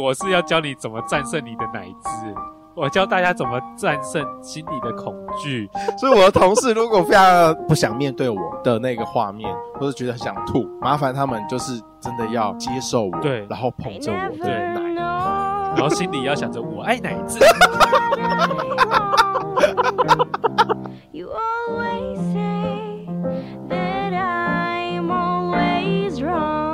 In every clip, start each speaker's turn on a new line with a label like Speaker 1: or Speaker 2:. Speaker 1: 我是要教你怎么战胜
Speaker 2: 哦
Speaker 1: 你的奶汁，我教大家怎么战胜心里的恐惧。
Speaker 2: 所以我的同事如果非常不想面对我的那个画面，或是觉得很想吐，麻烦他们就是真的要接受我，
Speaker 1: 对
Speaker 2: 然后捧着我的奶，
Speaker 1: 然后心里要想着我爱奶汁。
Speaker 3: You always say that I'm always wrong.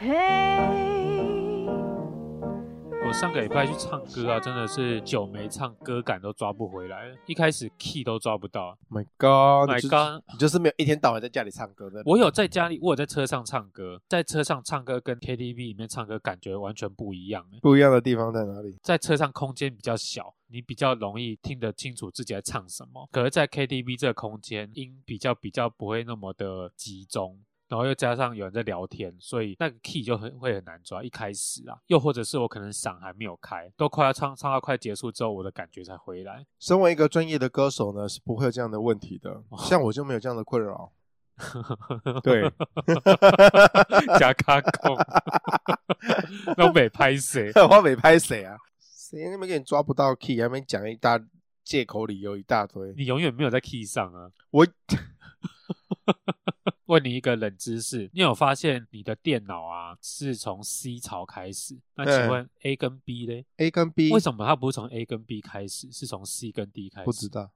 Speaker 3: Hey,
Speaker 1: 我上个礼拜去唱歌啊，真的是久没唱，歌感都抓不回来了，一开始 key 都抓不到。
Speaker 2: My God，
Speaker 1: My
Speaker 2: 哦你就是
Speaker 1: God，
Speaker 2: 你就是没有一天到晚在家里唱歌的。
Speaker 1: 我有在家里，我有在车上唱歌，在车上唱歌跟 KTV 里面唱歌感觉完全不一样欸。
Speaker 2: 不一样的地方在哪里？
Speaker 1: 在车上空间比较小，你比较容易听得清楚自己在唱什么。可是，在 KTV 这个空间，音比较比较不会那么的集中。然后又加上有人在聊天，所以那个 key 就很会很难抓。一开始啊，又或者是我可能嗓还没有开，都快要唱唱到快结束之后，我的感觉才回来。
Speaker 2: 身为一个专业的歌手呢，是不会有这样的问题的。
Speaker 1: 哦
Speaker 2: 像我就没有这样的困扰。 对，
Speaker 1: 加卡控， 那没拍谁？
Speaker 2: 我没拍谁啊？谁那边给你抓不到 key，还没讲一大借口理由一大堆。
Speaker 1: 你永远没有在 key 上啊！
Speaker 2: 我
Speaker 1: 问你一个冷知识，你有发现你的电脑啊是从 C 槽开始？那请问 A 跟 B 嘞？
Speaker 2: 嗯 A 跟 B
Speaker 1: 为什么它不是从 A 跟 B 开始，是从 C 跟 D 开始？
Speaker 2: 不知，道？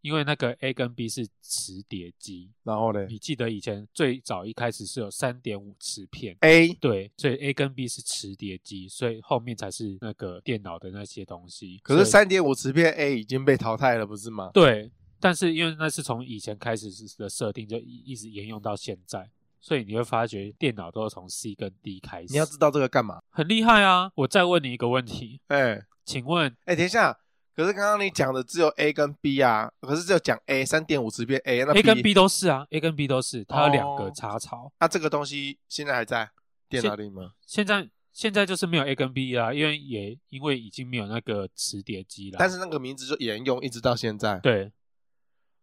Speaker 1: 因为那个 A 跟 B 是磁碟机。
Speaker 2: 然后嘞
Speaker 1: 你记得以前最早一开始是有三点五磁片，
Speaker 2: ，A
Speaker 1: 对，所以 A 跟 B 是磁碟机，所以后面才是那个电脑的那些东西。
Speaker 2: 可是
Speaker 1: 所以
Speaker 2: 三点五磁片 A 已经被淘汰了，不是吗？
Speaker 1: 对，但是因为那是从以前开始的设定，就一一直沿用到现在，所以你会发觉电脑都是从 C 跟 D 开始。
Speaker 2: 你要知道这个干嘛？
Speaker 1: 很厉害啊！我再问你一个问题，
Speaker 2: 哎、
Speaker 1: 请问
Speaker 2: 哎、等一下，可是刚刚你讲的只有 A 跟 B 啊，可是只有讲 A 三点五磁片 A，那
Speaker 1: A 跟 B 都是啊，A 跟 B 都是，它有两个
Speaker 2: 哦
Speaker 1: 插槽。
Speaker 2: 那、这个东西现在还在电脑里吗？
Speaker 1: 现在现在就是没有 A 跟 B 啦，因为也因为已经没有那个磁碟机了。
Speaker 2: 但是那个名字就沿用一直到现在。，
Speaker 1: 啊对，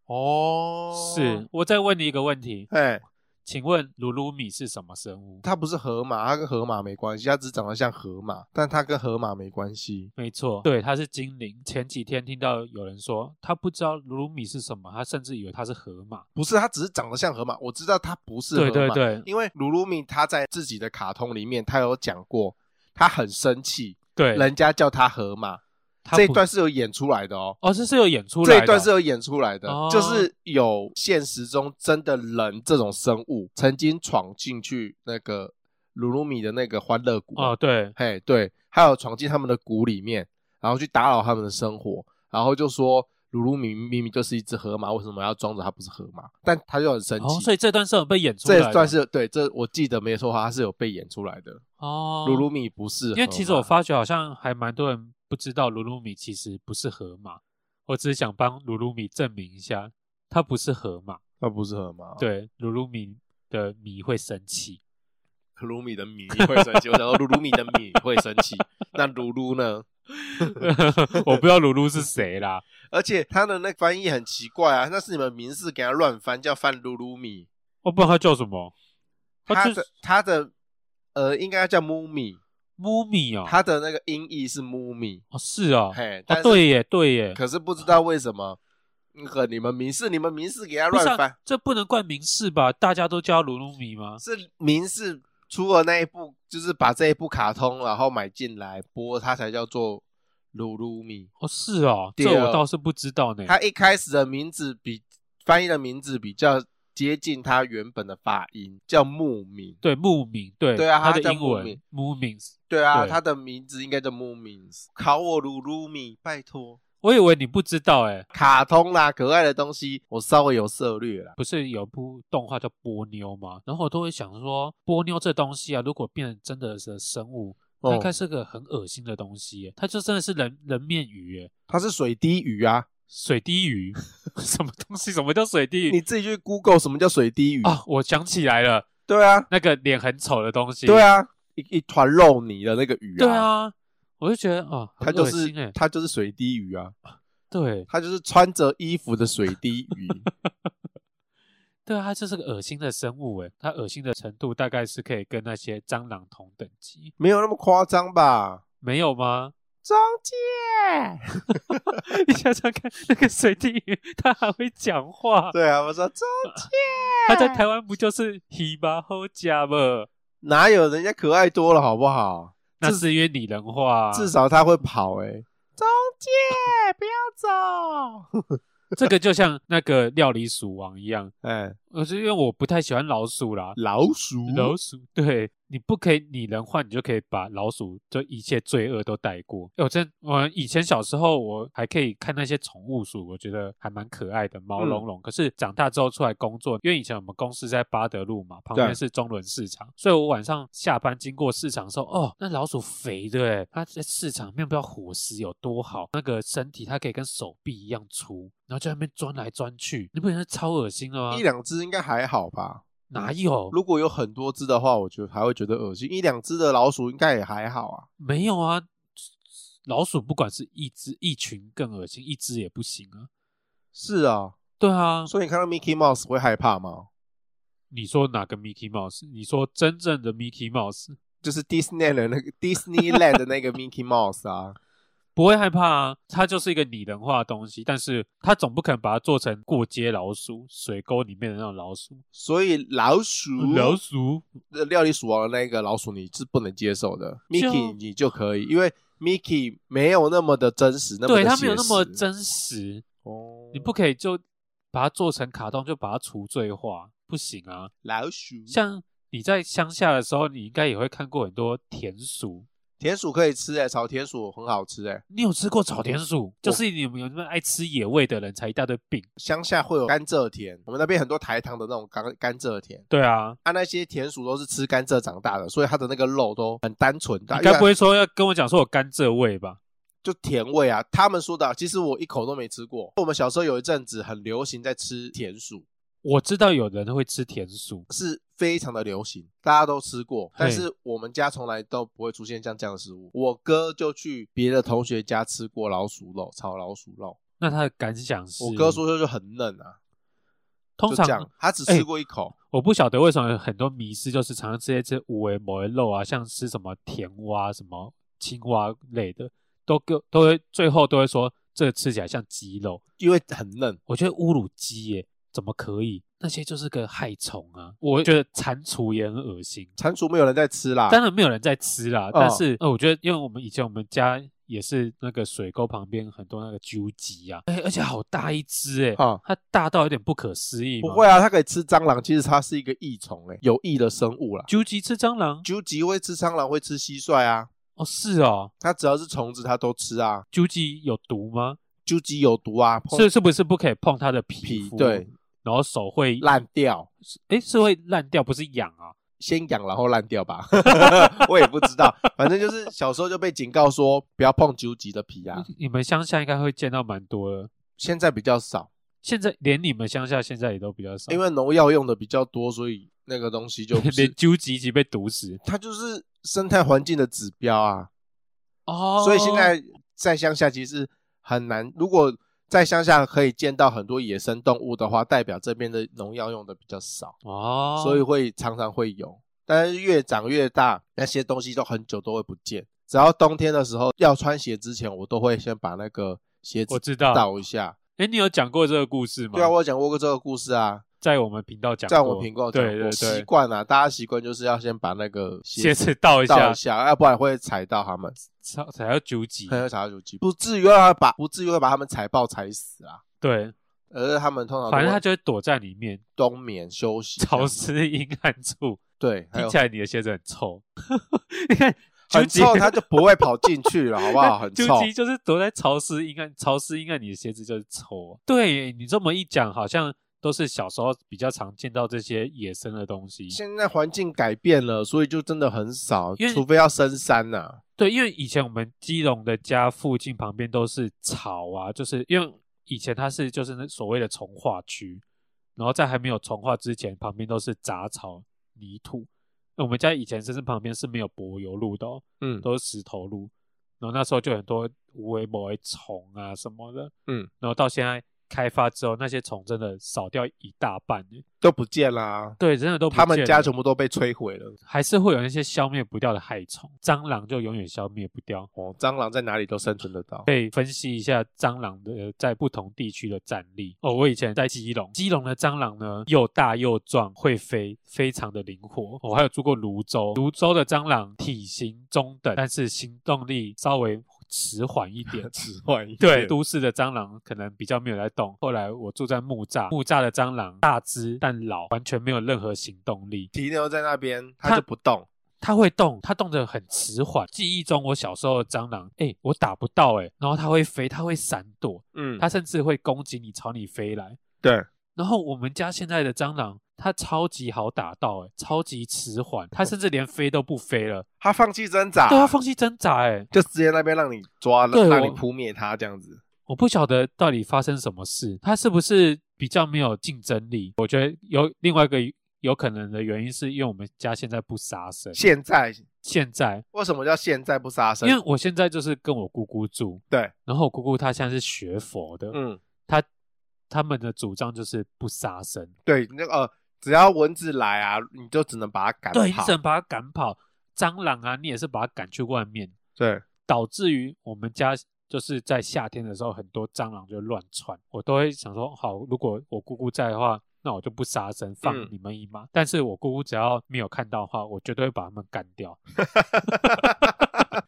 Speaker 2: 哦，
Speaker 1: 是，我再问你一个问题，
Speaker 2: 哎、
Speaker 1: 请问鲁鲁米是什么生物？
Speaker 2: 它不是河马，它跟河马没关系，它只长得像河马，但它跟河马没关系。
Speaker 1: 没错，对，它是精灵。前几天听到有人说他不知道鲁鲁米是什么，他甚至以为它是河马。
Speaker 2: 不是，它只是长得像河马，我知道它不是河
Speaker 1: 对
Speaker 2: 马。
Speaker 1: 对对
Speaker 2: 因为鲁鲁米他在自己的卡通里面，他有讲过，他很生气，
Speaker 1: 对，
Speaker 2: 人家叫他河马，
Speaker 1: 它
Speaker 2: 这一
Speaker 1: 不
Speaker 2: 段是有演出来的哦。
Speaker 1: 哦，这是有演出来
Speaker 2: 这
Speaker 1: 的哦，
Speaker 2: 一段是有演出来的，
Speaker 1: 哦
Speaker 2: 就是有现实中真的人这种生物曾经闯进去那个鲁鲁米的那个欢乐谷，啊
Speaker 1: 哦，对，
Speaker 2: 嘿，对，还有闯进他们的谷里面，然后去打扰他们的生活，然后就说鲁鲁米明明就是一只河马，为什么要装着它不是河马？但他就很生
Speaker 1: 哦，
Speaker 2: 气。
Speaker 1: 所以这段是有被演出来
Speaker 2: 这
Speaker 1: 的，
Speaker 2: 一段是对，这我记得没错的话，它是有被演出来的。
Speaker 1: 哦，
Speaker 2: 鲁鲁米不是河马，
Speaker 1: 因为其实我发觉好像还蛮多人不知道鲁鲁米其实不是河马，我只是想帮鲁鲁米证明一下，它不是河马。
Speaker 2: 它不是河马，，
Speaker 1: 对，鲁鲁米的米会生气，
Speaker 2: 鲁鲁米的米会生气，我想到鲁鲁米的米会生气， 那鲁鲁呢？
Speaker 1: 我不知道鲁鲁是谁啦。
Speaker 2: 而且他的那翻译很奇怪啊，那是你们民事给他乱翻，叫翻鲁鲁米。
Speaker 1: 我不知道它叫什么，它
Speaker 2: 他
Speaker 1: 就
Speaker 2: 的
Speaker 1: 是
Speaker 2: 他的呃，应该叫木米，
Speaker 1: 木米哦，
Speaker 2: 他的那个音译是木米。
Speaker 1: 哦是哦，
Speaker 2: 嘿，
Speaker 1: 哦
Speaker 2: 但是
Speaker 1: 对耶对耶，
Speaker 2: 可是不知道为什么，那个你们民事，你们民事给他
Speaker 1: 不是
Speaker 2: 乱
Speaker 1: 啊、
Speaker 2: 翻，
Speaker 1: 这不能怪民事吧？大家都叫它鲁鲁米吗？
Speaker 2: 是民事出了那一部，就是把这一部卡通然后买进来播，他才叫做鲁鲁米。
Speaker 1: 哦是哦，这
Speaker 2: 对哦
Speaker 1: 我倒是不知道呢。
Speaker 2: 他一开始的名字比翻译的名字比较接近他原本的发音，叫木米。
Speaker 1: 对木敏，对
Speaker 2: 对啊
Speaker 1: 它
Speaker 2: 它
Speaker 1: 的
Speaker 2: 叫
Speaker 1: 英
Speaker 2: 木
Speaker 1: 文
Speaker 2: 敏
Speaker 1: Moomins，
Speaker 2: 对啊，
Speaker 1: 对
Speaker 2: 他的名字应该叫 Moomins。考我鲁鲁米，拜托。
Speaker 1: 我以为你不知道哎，
Speaker 2: 卡通啦，可爱的东西，我稍微有涉略啦。
Speaker 1: 不是有部动画叫波妞吗？然后我都会想说，波妞这东西啊，如果变成真的是生物，
Speaker 2: 哦
Speaker 1: 它应该是个很恶心的东西耶，它就真的是人人面鱼耶，
Speaker 2: 它是水滴鱼啊，
Speaker 1: 水滴 鱼，什么东西？什么叫水滴
Speaker 2: 你
Speaker 1: 鱼
Speaker 2: 自己去 Google 什么叫水滴鱼？
Speaker 1: 嗯啊？我想起来了，
Speaker 2: 对啊，
Speaker 1: 那个脸很丑的东西。
Speaker 2: 对，啊，一一团肉泥的那个鱼啊，
Speaker 1: 对，啊，我就觉得哦，
Speaker 2: 它
Speaker 1: 很
Speaker 2: 就
Speaker 1: 恶
Speaker 2: 是
Speaker 1: 心哎，
Speaker 2: 它就是水滴鱼啊，
Speaker 1: 对
Speaker 2: 它就是穿着衣服的水滴鱼。
Speaker 1: 对啊，它就是个恶心的生物诶，它恶心的程度大概是可以跟那些蟑螂同等级，
Speaker 2: 没有那么夸张 吧？
Speaker 1: 没有吗？
Speaker 2: 中介，
Speaker 1: 你想想看，那个水滴鱼，它还会讲话，
Speaker 2: 对啊，我说中介，
Speaker 1: 它在台湾不就是喜巴后家吗？
Speaker 2: 哪有人家可爱多了，好不好？
Speaker 1: 那是因为拟人化、啊，
Speaker 2: 至少他会跑、欸，中介，不要走，
Speaker 1: 这个就像那个料理鼠王一样，
Speaker 2: 哎、
Speaker 1: 我是因为我不太喜欢老鼠啦，
Speaker 2: 老鼠，
Speaker 1: 老鼠， 对你不可以拟人化，你就可以把老鼠就一切罪恶都带过。哎，我真，我以前小时候我还可以看那些宠物鼠，我觉得还蛮可爱的，毛
Speaker 2: 嗯
Speaker 1: 茸茸。可是长大之后出来工作，因为以前我们公司在八德路嘛，旁
Speaker 2: 对
Speaker 1: 边是中仑市场，所以我晚上下班经过市场的时候，哦，那老鼠肥的哎，它在市场面不知道伙食有多好，那个身体它可以跟手臂一样粗，然后在那边钻来钻去，你不觉得超恶心了吗
Speaker 2: 一？两只应该还好吧？
Speaker 1: 哪有？
Speaker 2: 如果有很多只的话，我觉得还会觉得恶心。一两只的老鼠应该也还好啊。
Speaker 1: 没有啊，老鼠不管是一只一群更恶心，一只也不行啊。
Speaker 2: 是啊，
Speaker 1: 对啊，
Speaker 2: 所以你看到 Mickey Mouse 会害怕吗？
Speaker 1: 你说哪个 Mickey Mouse？你说真正的 Mickey Mouse
Speaker 2: 就是 Disney 的那个 Disneyland 的那个 Mickey Mouse 啊，
Speaker 1: 不会害怕啊，它就是一个拟人化的东西，但是它总不可能把它做成过街老鼠、水沟里面的那种老鼠。
Speaker 2: 所以老鼠
Speaker 1: 老鼠
Speaker 2: 呃料理鼠王的那个老鼠你是不能接受的
Speaker 1: 就
Speaker 2: ，Mickey 你就可以，因为 Mickey 没有那么的真实，那么
Speaker 1: 对
Speaker 2: 的
Speaker 1: 它没有那
Speaker 2: 写实
Speaker 1: 么真实，
Speaker 2: 哦
Speaker 1: 你不可以就把它做成卡通，就把它除罪化，不行啊。
Speaker 2: 老鼠
Speaker 1: 像你在乡下的时候，你应该也会看过很多田鼠，
Speaker 2: 田鼠可以吃哎、炒田鼠很好吃哎、
Speaker 1: 你有吃过炒田鼠？就是你们有那么爱吃野味的人才一大堆病。
Speaker 2: 乡下会有甘蔗田，我们那边很多台糖的那种甘甘蔗田，
Speaker 1: 对啊，
Speaker 2: 啊那些田鼠都是吃甘蔗长大的，所以它的那个肉都很单纯的，
Speaker 1: 你该
Speaker 2: 啊因为
Speaker 1: 不会说要跟我讲说有甘蔗味吧？
Speaker 2: 就甜味啊？他们说的啊，其实我一口都没吃过。我们小时候有一阵子很流行在吃田鼠，
Speaker 1: 我知道有人会吃田鼠，
Speaker 2: 是非常的流行，大家都吃过，但
Speaker 1: 嘿
Speaker 2: 是我们家从来都不会出现像这样的食物。我哥就去别的同学家吃过老鼠肉，炒老鼠肉，
Speaker 1: 那他的感想是，
Speaker 2: 我哥说就是很嫩啊，
Speaker 1: 通
Speaker 2: 就这样
Speaker 1: 常，
Speaker 2: 他只
Speaker 1: 哎
Speaker 2: 吃过一口。
Speaker 1: 我不晓得为什么有很多迷失，就是常常吃一些五维某的肉啊，像吃什么甜蛙、啊什么青蛙类的，都跟都会最后都会说这个吃起来像鸡肉。
Speaker 2: 因为很嫩，
Speaker 1: 我觉得侮辱鸡耶，怎么可以？那些就是个害虫啊！我觉得蟾蜍也很恶心。
Speaker 2: 蟾蜍没有人在吃啦。
Speaker 1: 当然没有人在吃啦，
Speaker 2: 啊哦
Speaker 1: 但是、呃、我觉得，因为我们以前我们家也是那个水沟旁边很多那个鸠鸡啊，哎、而且好大一只哎、
Speaker 2: 啊
Speaker 1: 它大到有点不可思议。
Speaker 2: 不会，啊，它可以吃蟑螂，其实它是一个益虫诶、有益的生物啦。
Speaker 1: 鸠鸡吃蟑螂
Speaker 2: 鸠吉会吃蟑螂，会吃蟋蟀啊，
Speaker 1: 哦，是哦，
Speaker 2: 它只要是虫子它都吃啊。
Speaker 1: 鸠鸡有毒吗？
Speaker 2: 鸠吉有毒啊，碰
Speaker 1: 是是不是不可以碰它的皮
Speaker 2: 皮
Speaker 1: 肤？
Speaker 2: 对，
Speaker 1: 然后手会，
Speaker 2: 烂掉，
Speaker 1: 哎、是会烂掉，不是痒啊？
Speaker 2: 先痒然后烂掉吧， 我也不知道，反正就是小时候就被警告说不要碰鸠吉的皮啊，
Speaker 1: 你们乡下应该会见到蛮多的，
Speaker 2: 现在比较少，
Speaker 1: 现在连你们乡下现在也都比较少，
Speaker 2: 因为农药用的比较多，所以那个东西就不
Speaker 1: 连
Speaker 2: 是，
Speaker 1: 鸠鸡已经被毒死
Speaker 2: 它就是生态环境的指标啊。
Speaker 1: 哦
Speaker 2: 所以现在在乡下其实很难。如果在乡下可以见到很多野生动物的话，代表这边的农药用的比较少，
Speaker 1: 哦，
Speaker 2: 所以会常常会有。但是越长越大，那些东西都很久都会不见。只要冬天的时候要穿鞋之前，我都会先把那个鞋子
Speaker 1: 我知道
Speaker 2: 倒一下。
Speaker 1: 哎，你有讲过这个故事吗？
Speaker 2: 对啊，我有讲过这个故事啊，
Speaker 1: 在我们频道讲过，
Speaker 2: 在我们频道讲
Speaker 1: 对对
Speaker 2: 过，习
Speaker 1: 对，
Speaker 2: 惯啊，大家习惯就是要先把那个
Speaker 1: 鞋
Speaker 2: 鞋
Speaker 1: 子倒一
Speaker 2: 倒
Speaker 1: 下
Speaker 2: 一，下，要不然会踩到它们，
Speaker 1: 才才要九级，
Speaker 2: 很有踩到手机，不至于要把不至于会把它们踩爆踩死啊。
Speaker 1: 对，
Speaker 2: 而他们通常
Speaker 1: 反正
Speaker 2: 都
Speaker 1: 他
Speaker 2: 会
Speaker 1: 就会躲在里面，
Speaker 2: 冬眠休息，
Speaker 1: 潮湿阴暗处。
Speaker 2: 对，还
Speaker 1: 听
Speaker 2: 有
Speaker 1: 起来你的鞋子很臭， 你看九
Speaker 2: 很
Speaker 1: 级，
Speaker 2: 臭，它就不会跑进去了，好 不好？很臭，
Speaker 1: 九级就是躲在潮湿阴暗，潮湿阴暗，你的鞋子就是臭啊。对你这么一讲，好像都是小时候比较常见到这些野生的东西。
Speaker 2: 现在环境改变了，所以就真的很少
Speaker 1: 因，为
Speaker 2: 除非要深山呐、
Speaker 1: 对，因为以前我们基隆的家附近旁边都是草啊，就是因为以前它是就是那所谓的从化区，然后在还没有从化之前，旁边都是杂草泥土。那我们家以前甚至旁边是没有柏油路的、哦，
Speaker 2: 嗯，
Speaker 1: 都是石头路。然后那时候就很多无为某为虫啊什么的，
Speaker 2: 嗯，
Speaker 1: 然后到现在开发之后，那些虫真的少掉一大半耶，
Speaker 2: 都不见啦，
Speaker 1: 对，真的都不
Speaker 2: 他们
Speaker 1: 见
Speaker 2: 家
Speaker 1: 了
Speaker 2: 全部都被摧毁了。
Speaker 1: 还是会有那些消灭不掉的害虫，蟑螂就永远消灭不掉。
Speaker 2: 哦，蟑螂在哪里都生存得到。。
Speaker 1: 可以分析一下蟑螂的呃在不同地区的战力哦。我以前在基隆，基隆的蟑螂呢又大又壮，会飞，非常的灵活。我、还有住过泸州，泸州的蟑螂体型中等，但是行动力稍微迟缓一点
Speaker 2: 只换一
Speaker 1: 对，
Speaker 2: 片
Speaker 1: 都市的蟑螂可能比较没有在动。后来我住在木栅，木栅的蟑螂大只但老，完全没有任何行动力。
Speaker 2: 停留在那边，它
Speaker 1: 它
Speaker 2: 就不动。
Speaker 1: 它会动，它动得很迟缓。记忆中我小时候的蟑螂，哎，我打不到哎、然后它会飞，它会闪躲，
Speaker 2: 嗯，
Speaker 1: 它甚至会攻击你，朝你飞来。
Speaker 2: 对，
Speaker 1: 然后我们家现在的蟑螂，它超级好打到、欸，超级迟缓，它甚至连飞都不飞了，
Speaker 2: 它放弃挣扎，
Speaker 1: 对它放弃挣扎、欸，
Speaker 2: 就直接那边让你抓，
Speaker 1: 对
Speaker 2: 让你
Speaker 1: 我
Speaker 2: 扑灭它这样子。
Speaker 1: 我不晓得到底发生什么事，它是不是比较没有竞争力？我觉得有另外一个有可能的原因，是因为我们家现在不杀生，
Speaker 2: 现在
Speaker 1: 现在。
Speaker 2: 为什么叫现在不杀生
Speaker 1: 因？为我现在就是跟我姑姑住，
Speaker 2: 对，
Speaker 1: 然后我姑姑她现在是学佛的，
Speaker 2: 嗯，
Speaker 1: 她他们的主张就是不杀生，
Speaker 2: 对，那个呃，只要蚊子来啊，你就只能把它赶
Speaker 1: 对，你
Speaker 2: 跑
Speaker 1: 只。能把它赶跑。蟑螂啊，你也是把它赶去外面，
Speaker 2: 对，
Speaker 1: 导致于我们家就是在夏天的时候，很多蟑螂就乱窜。我都会想说，好，如果我姑姑在的话，那我就不杀生，放
Speaker 2: 嗯
Speaker 1: 你们一马。但是我姑姑只要没有看到的话，我绝对会把它们干掉。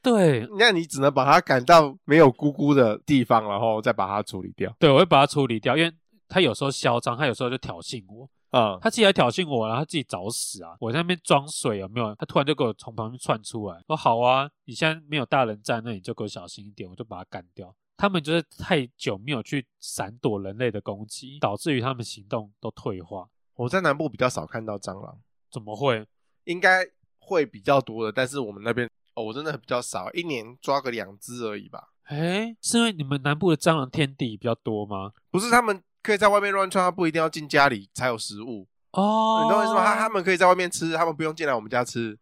Speaker 1: 对，
Speaker 2: 那你只能把它赶到没有咕咕的地方，然后再把它处理掉。
Speaker 1: 对，我会把它处理掉，因为它有时候嚣张，它有时候就挑衅我。
Speaker 2: 啊、
Speaker 1: 他自己来挑衅我，然后他自己找死啊！我在那边装水有没有？他突然就给我从旁边窜出来，说好啊，你现在没有大人在，那你就给我小心一点，我就把他干掉。他们就是太久没有去闪躲人类的攻击，导致于他们行动都退化。
Speaker 2: 我在南部比较少看到蟑螂，
Speaker 1: 怎么会？
Speaker 2: 应该会比较多的，但是我们那边哦，我真的比较少，一年抓个两只而已吧。
Speaker 1: 哎，是因为你们南部的蟑螂天敌比较多吗？
Speaker 2: 不是他们可以在外面乱窜，他不一定要进家里才有食物，
Speaker 1: 哦，
Speaker 2: 你懂我意思吗？他他们可以在外面吃，他们不用进来我们家吃。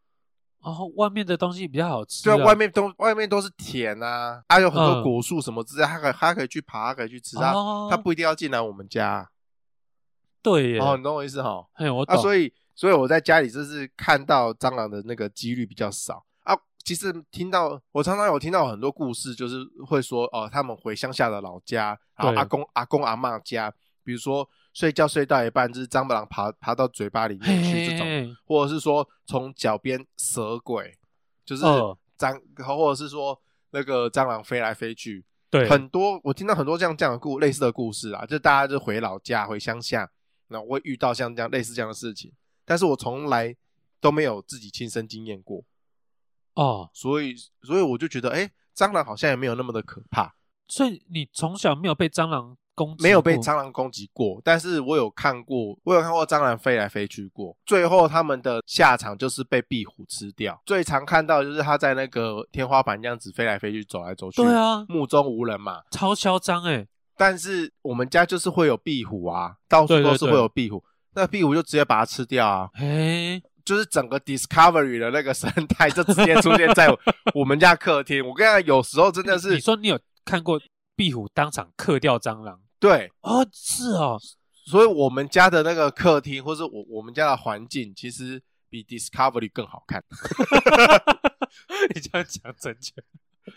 Speaker 1: 哦，外面的东西比较好吃、
Speaker 2: 对
Speaker 1: 啊。
Speaker 2: 啊，外面都外面都是田啊，还、有很多
Speaker 1: 嗯
Speaker 2: 果树什么之类，他可他可以去爬，他可以去吃，他、
Speaker 1: 哦
Speaker 2: 啊他不一定要进来我们家。
Speaker 1: 对耶，
Speaker 2: 哦，你懂我意思哈？
Speaker 1: 嘿，我懂。
Speaker 2: 啊，所以所以我在家里就是看到蟑螂的那个几率比较少啊。其实听到我常常有听到很多故事，就是会说哦、他们回乡下的老家，然后
Speaker 1: 对
Speaker 2: 阿公阿公阿嬷家，比如说睡觉睡到一半，就是蟑螂爬爬到嘴巴里面去这种，
Speaker 1: 嘿，
Speaker 2: 或者是说从脚边蛇鬼，就是
Speaker 1: 哦
Speaker 2: 蟑，或者是说那个蟑螂飞来飞去，
Speaker 1: 对，
Speaker 2: 很多我听到很多这样这样的故类似的故事啊，就大家就回老家回乡下，然后会遇到像这样类似这样的事情，但是我从来都没有自己亲身经验过，
Speaker 1: 哦，
Speaker 2: 所以所以我就觉得，哎，蟑螂好像也没有那么的可怕，
Speaker 1: 所以你从小没有被蟑螂攻击，
Speaker 2: 没有被蟑螂攻击过，但是我有看过，我有看过蟑螂飞来飞去过，最后他们的下场就是被壁虎吃掉，最常看到的就是它在那个天花板这样子飞来飞去走来走去，
Speaker 1: 对，啊，
Speaker 2: 目中无人嘛，
Speaker 1: 超嚣张哎！
Speaker 2: 但是我们家就是会有壁虎啊，到处
Speaker 1: 对对
Speaker 2: 都是会有壁虎，那壁虎就直接把它吃掉啊，
Speaker 1: 哎，
Speaker 2: 就是整个 Discovery 的那个生态就直接出现在我 我们家客厅。我跟你讲，有时候真的
Speaker 1: 你
Speaker 2: 是
Speaker 1: 说你有看过壁虎当场克掉蟑螂？
Speaker 2: 对，
Speaker 1: 哦，是 哦，
Speaker 2: 所以我们家的那个客厅，或是我我们家的环境，其实比 Discovery 更好看，
Speaker 1: 你这样讲正 确，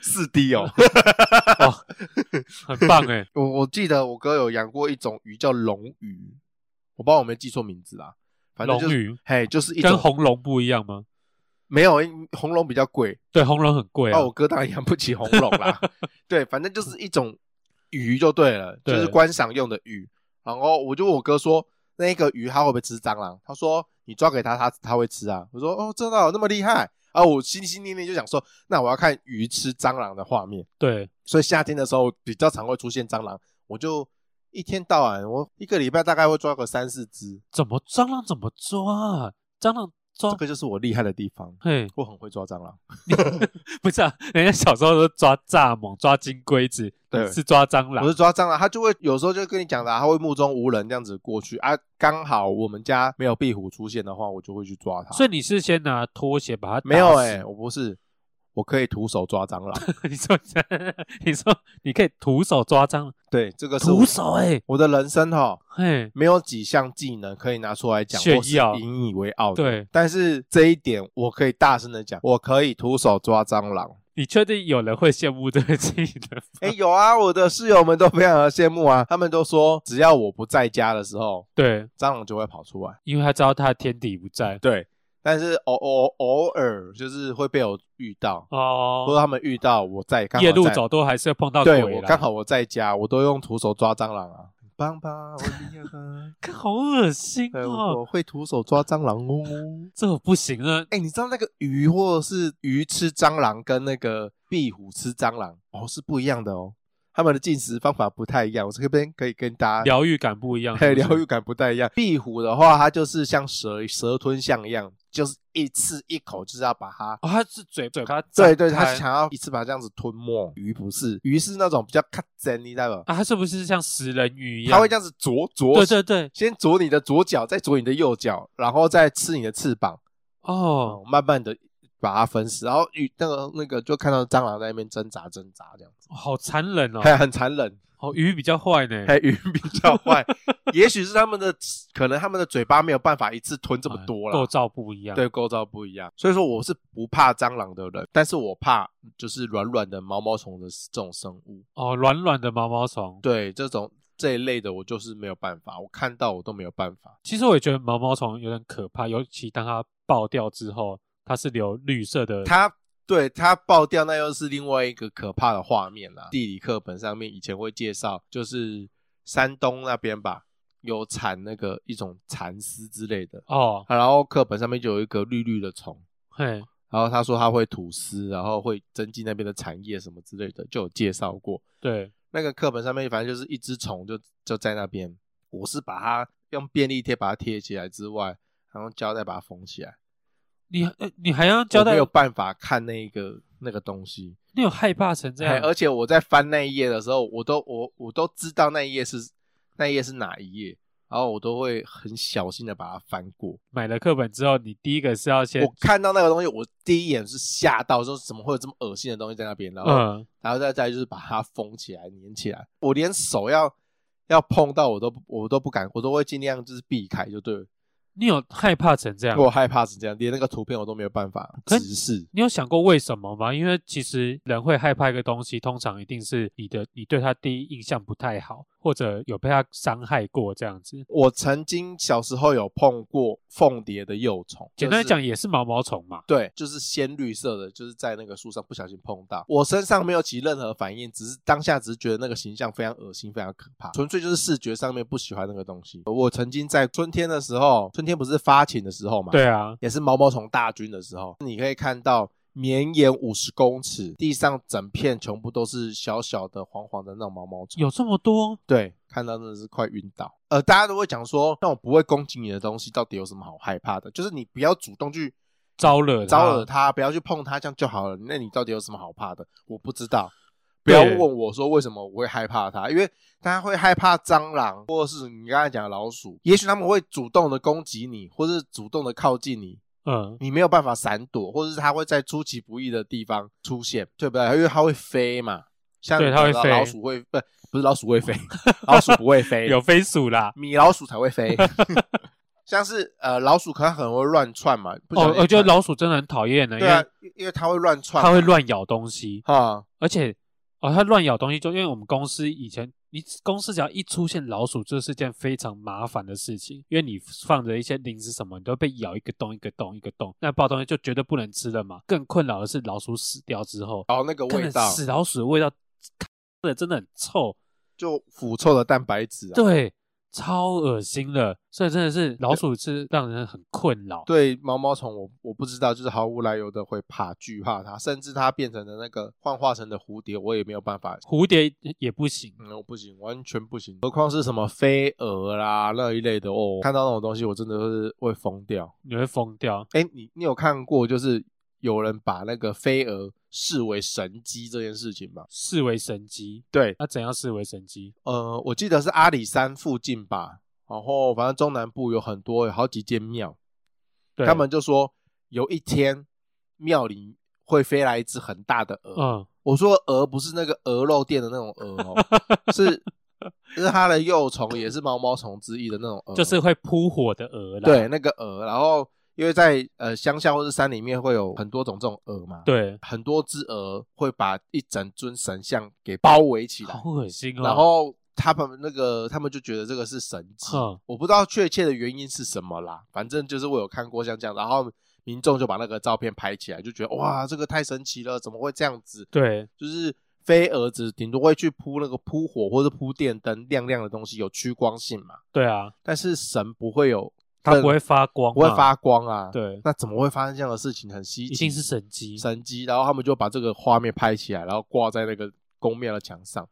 Speaker 2: 四 D 哦。
Speaker 1: 很棒哎！
Speaker 2: 我我记得我哥有养过一种鱼叫龙鱼，我不知道我没记错名字啦，反正
Speaker 1: 龙
Speaker 2: 就是
Speaker 1: 鱼
Speaker 2: 嘿，就是一
Speaker 1: 跟
Speaker 2: 种
Speaker 1: 红龙不一样吗？
Speaker 2: 没有红龙比较贵，
Speaker 1: 对，红龙很贵啊
Speaker 2: 哦那。我哥当然养不起红龙 啦。对，反正就是一种鱼就对了，
Speaker 1: 对
Speaker 2: 就是观赏用的鱼。然后我就问我哥说，那个鱼它会不会吃蟑螂？他说你抓给他，他他会吃啊。我说哦，真的哦、那么厉害啊！我心心念念就想说，那我要看鱼吃蟑螂的画面。
Speaker 1: 对，
Speaker 2: 所以夏天的时候比较常会出现蟑螂，我就一天到晚，我一个礼拜大概会抓个三四只。
Speaker 1: 怎么蟑螂怎么抓啊？蟑螂抓
Speaker 2: 这，个就是我厉害的地方，
Speaker 1: 嘿，
Speaker 2: 我很会抓蟑螂。
Speaker 1: 不是啊，人家小时候都抓蚱蜢、抓金龟子，
Speaker 2: 对
Speaker 1: 你是抓蟑
Speaker 2: 我
Speaker 1: 螂
Speaker 2: 是。抓蟑螂，他就会有时候就跟你讲的、啊，他会目中无人这样子过去啊。刚好我们家没有壁虎出现的话，我就会去抓它。
Speaker 1: 所
Speaker 2: 以
Speaker 1: 以你是先拿拖鞋把它打
Speaker 2: 没有
Speaker 1: 死
Speaker 2: 欸哎、我不是，我可以徒手抓 蟑螂。
Speaker 1: 你说，你说，你可以徒手抓蟑螂，
Speaker 2: 对，这个是我
Speaker 1: 徒手哎、
Speaker 2: 我的人生哈，
Speaker 1: 嘿，
Speaker 2: 没有几项技能可以拿出来讲，
Speaker 1: 炫
Speaker 2: 或是
Speaker 1: 耀
Speaker 2: 引以为傲的。
Speaker 1: 对
Speaker 2: 但是这一点我可以大声的讲，我可以徒手抓 蟑螂。
Speaker 1: 你确定有人会羡慕这个技能 吗？
Speaker 2: 哎，有啊，我的室友们都非常的羡慕啊，他们都说只要我不在家的时候，
Speaker 1: 对，
Speaker 2: 蟑螂就会跑出来。
Speaker 1: 因为他知道他的天敌不在
Speaker 2: 对，但是偶偶偶尔就是会被我遇到，或者
Speaker 1: 哦，
Speaker 2: 他们遇到我在刚好
Speaker 1: 夜路
Speaker 2: 在
Speaker 1: 走都还是会碰到
Speaker 2: 对
Speaker 1: 鬼
Speaker 2: 我
Speaker 1: 啦
Speaker 2: 刚好我在家，我都用徒手抓蟑螂啊，很棒吧？我厉害 吧？
Speaker 1: 看好恶心
Speaker 2: 对，我
Speaker 1: 哦，
Speaker 2: 我会徒手抓蟑螂哦。
Speaker 1: 这我不行啊，
Speaker 2: 哎、你知道那个鱼或者是鱼吃蟑螂跟那个壁虎吃蟑螂哦是不一样的哦，它们的进食方法不太一样。我这边可以跟大家
Speaker 1: 疗愈感不一样，
Speaker 2: 还有
Speaker 1: 是不是
Speaker 2: 疗愈感不太一样。壁虎的话，它就是像蛇蛇吞象一样，就是一次一口就是要把它。
Speaker 1: 哦，他是嘴嘴巴张开，啊
Speaker 2: 对对，它想要一次把它这样子吞没。鱼不是，鱼是那种比较卡针，你知道吧？
Speaker 1: 啊，他是不是像食人鱼一样？
Speaker 2: 它会这样子啄啄，
Speaker 1: 对对对，
Speaker 2: 先啄你的左脚，再啄你的右脚，然后再吃你的翅膀。
Speaker 1: 哦，
Speaker 2: 哦，慢慢的把它分食，然后与那个那个就看到蟑螂在那边挣扎挣扎这样子，
Speaker 1: 好残忍哦，
Speaker 2: 还很残忍，
Speaker 1: 哦，鱼比较坏呢，
Speaker 2: 还鱼比较坏，也许是他们的可能他们的嘴巴没有办法一次吞这么多
Speaker 1: 哎构
Speaker 2: 了。
Speaker 1: 造不一样，
Speaker 2: 对，构造不一样，所以说我是不怕蟑螂的人，但是我怕就是软软的毛毛虫的这种生物，
Speaker 1: 哦，软软的毛毛虫，
Speaker 2: 对这种这一类的我就是没有办法，我看到我都没有办法。
Speaker 1: 其实我也觉得毛毛虫有点可怕，尤其当它爆掉之后，它是留绿色的。
Speaker 2: 它对它爆掉，那又是另外一个可怕的画面啦。地理课本上面以前会介绍，就是山东那边吧，有产那个一种蚕丝之类的，
Speaker 1: 哦，
Speaker 2: 啊然后课本上面就有一个绿绿的虫，
Speaker 1: 嘿，
Speaker 2: 然后他说它会吐丝，然后会增进那边的产业什么之类的，就有介绍过。
Speaker 1: 对，
Speaker 2: 那个课本上面反正就是一只虫就就在那边，我是把它用便利贴把它贴起来之外，然后胶带把它封起来，
Speaker 1: 你呃你还要交
Speaker 2: 我
Speaker 1: 代
Speaker 2: 没有，办法看那个那个东西。
Speaker 1: 你有害怕成这
Speaker 2: 哎
Speaker 1: 样？
Speaker 2: 而且我在翻那一页的时候，我都我我都知道那一页是那一页是哪一页，然后我都会很小心的把它翻过。
Speaker 1: 买了课本之后，你第一个是要先
Speaker 2: 我看到那个东西，我第一眼是吓到，说怎么会有这么恶心的东西在那边？然后，
Speaker 1: 嗯，
Speaker 2: 然后再再就是把它封起来、粘起来。我连手要要碰到我都不我都不敢，我都会尽量就是避开，就对了。
Speaker 1: 你有害怕成这样
Speaker 2: 因为？我害怕是这样，连那个图片我都没有办法
Speaker 1: 可
Speaker 2: 直视。
Speaker 1: 你有想过为什么吗？因为其实人会害怕一个东西，通常一定是你的你对它第一印象不太好，或者有被它伤害过这样子。
Speaker 2: 我曾经小时候有碰过凤蝶的幼虫，
Speaker 1: 简单
Speaker 2: 就是
Speaker 1: 讲，也是毛毛虫嘛。
Speaker 2: 对，就是鲜绿色的，就是在那个树上不小心碰到。我身上没有起任何反应，只是当下只是觉得那个形象非常恶心，非常可怕，纯粹就是视觉上面不喜欢那个东西。我曾经在春天的时候，春天不是发情的时候嘛，，
Speaker 1: 对啊，
Speaker 2: 也是毛毛虫大军的时候，你可以看到。绵延五十公尺，地上整片全部都是小小的、黄黄的那种毛毛虫。
Speaker 1: 有这么多？
Speaker 2: 对，看到真的是快晕倒。呃，大家都会讲说，那种不会攻击你的东西到底有什么好害怕的？就是你不要主动去
Speaker 1: 招惹
Speaker 2: 招惹
Speaker 1: 它
Speaker 2: 他，不要去碰他，这样就好了。那你到底有什么好怕的？我不知道，不要
Speaker 1: 对
Speaker 2: 问我说为什么我会害怕它，因为大家会害怕蟑螂，或者是你刚才讲的老鼠，也许他们会主动的攻击你，或是主动的靠近你，
Speaker 1: 嗯，
Speaker 2: 你没有办法闪躲，或者是它会在出其不意的地方出现，对不对？因为它会飞嘛，像
Speaker 1: 对它会飞
Speaker 2: 老鼠会不不是老鼠会飞，老鼠不会飞，
Speaker 1: 有飞鼠啦。
Speaker 2: 米老鼠才会飞。 像是呃，老鼠可能很会乱窜嘛，不小
Speaker 1: 哦，
Speaker 2: 心
Speaker 1: 我觉得
Speaker 2: 窜
Speaker 1: 老鼠真的很讨厌的，因
Speaker 2: 对啊
Speaker 1: 为，
Speaker 2: 因因为它会乱窜嘛，
Speaker 1: 它会乱咬东西，
Speaker 2: 啊，
Speaker 1: 而且哦，它乱咬东西，就因为我们公司以前，你公司只要一出现老鼠，这是件非常麻烦的事情，因为你放着一些零食什么，你都会被咬一个洞一个洞一个洞，那爆东西就绝对不能吃了嘛。更困扰的是老鼠死掉之后，
Speaker 2: 然后那个
Speaker 1: 看
Speaker 2: 味
Speaker 1: 着
Speaker 2: 道
Speaker 1: 死老鼠的味道，的真的很臭，
Speaker 2: 就腐臭的蛋白质啊，
Speaker 1: 对，超恶心的，所以真的是老鼠是让人很困扰。
Speaker 2: 对毛毛虫我我不知道，就是毫无来由的会怕惧怕它，甚至它变成的那个幻化成的蝴蝶，我也没有办法。
Speaker 1: 蝴蝶也不行，
Speaker 2: 嗯，我不行，完全不行。何况是什么飞蛾啦那一类的哦，看到那种东西我真的是会疯掉。
Speaker 1: 你会疯掉。
Speaker 2: 哎，你你有看过就是有人把那个飞蛾视为神鸡这件事情吗？
Speaker 1: 视为神机，
Speaker 2: 对，
Speaker 1: 那、怎样视为神机？
Speaker 2: 呃，我记得是阿里山附近吧，然后反正中南部有很多有好几间庙，
Speaker 1: 对
Speaker 2: 他们就说有一天庙里会飞来一只很大的鹅。
Speaker 1: 嗯，
Speaker 2: 我说的鹅不是那个鹅肉店的那种 鹅哦，是是它的幼虫，也是毛毛虫之一的那种鹅，
Speaker 1: 就是会扑火的鹅啦。
Speaker 2: 呃对那个鹅。然后因为在呃乡下或是山里面会有很多种这种鹅嘛，，
Speaker 1: 对，
Speaker 2: 很多只鹅会把一整尊神像给包围起来，
Speaker 1: 好恶心哦。
Speaker 2: 然后。他们那个，他们就觉得这个是神迹
Speaker 1: 嗯，
Speaker 2: 我不知道确切的原因是什么啦。反正就是我有看过像这样，然后民众就把那个照片拍起来，就觉得哇，这个太神奇了，怎么会这样子？
Speaker 1: 对，
Speaker 2: 就是飞蛾子顶多会去扑那个扑火或者扑电灯亮亮的东西，有趋光性嘛。
Speaker 1: 对啊，
Speaker 2: 但是神不会有，
Speaker 1: 它不会发光，
Speaker 2: 不会，发光啊。，
Speaker 1: 对，
Speaker 2: 那怎么会发生这样的事情？很稀奇，
Speaker 1: 一定是神机。
Speaker 2: 神机。然后他们就把这个画面拍起来，然后挂在那个宫庙的墙上。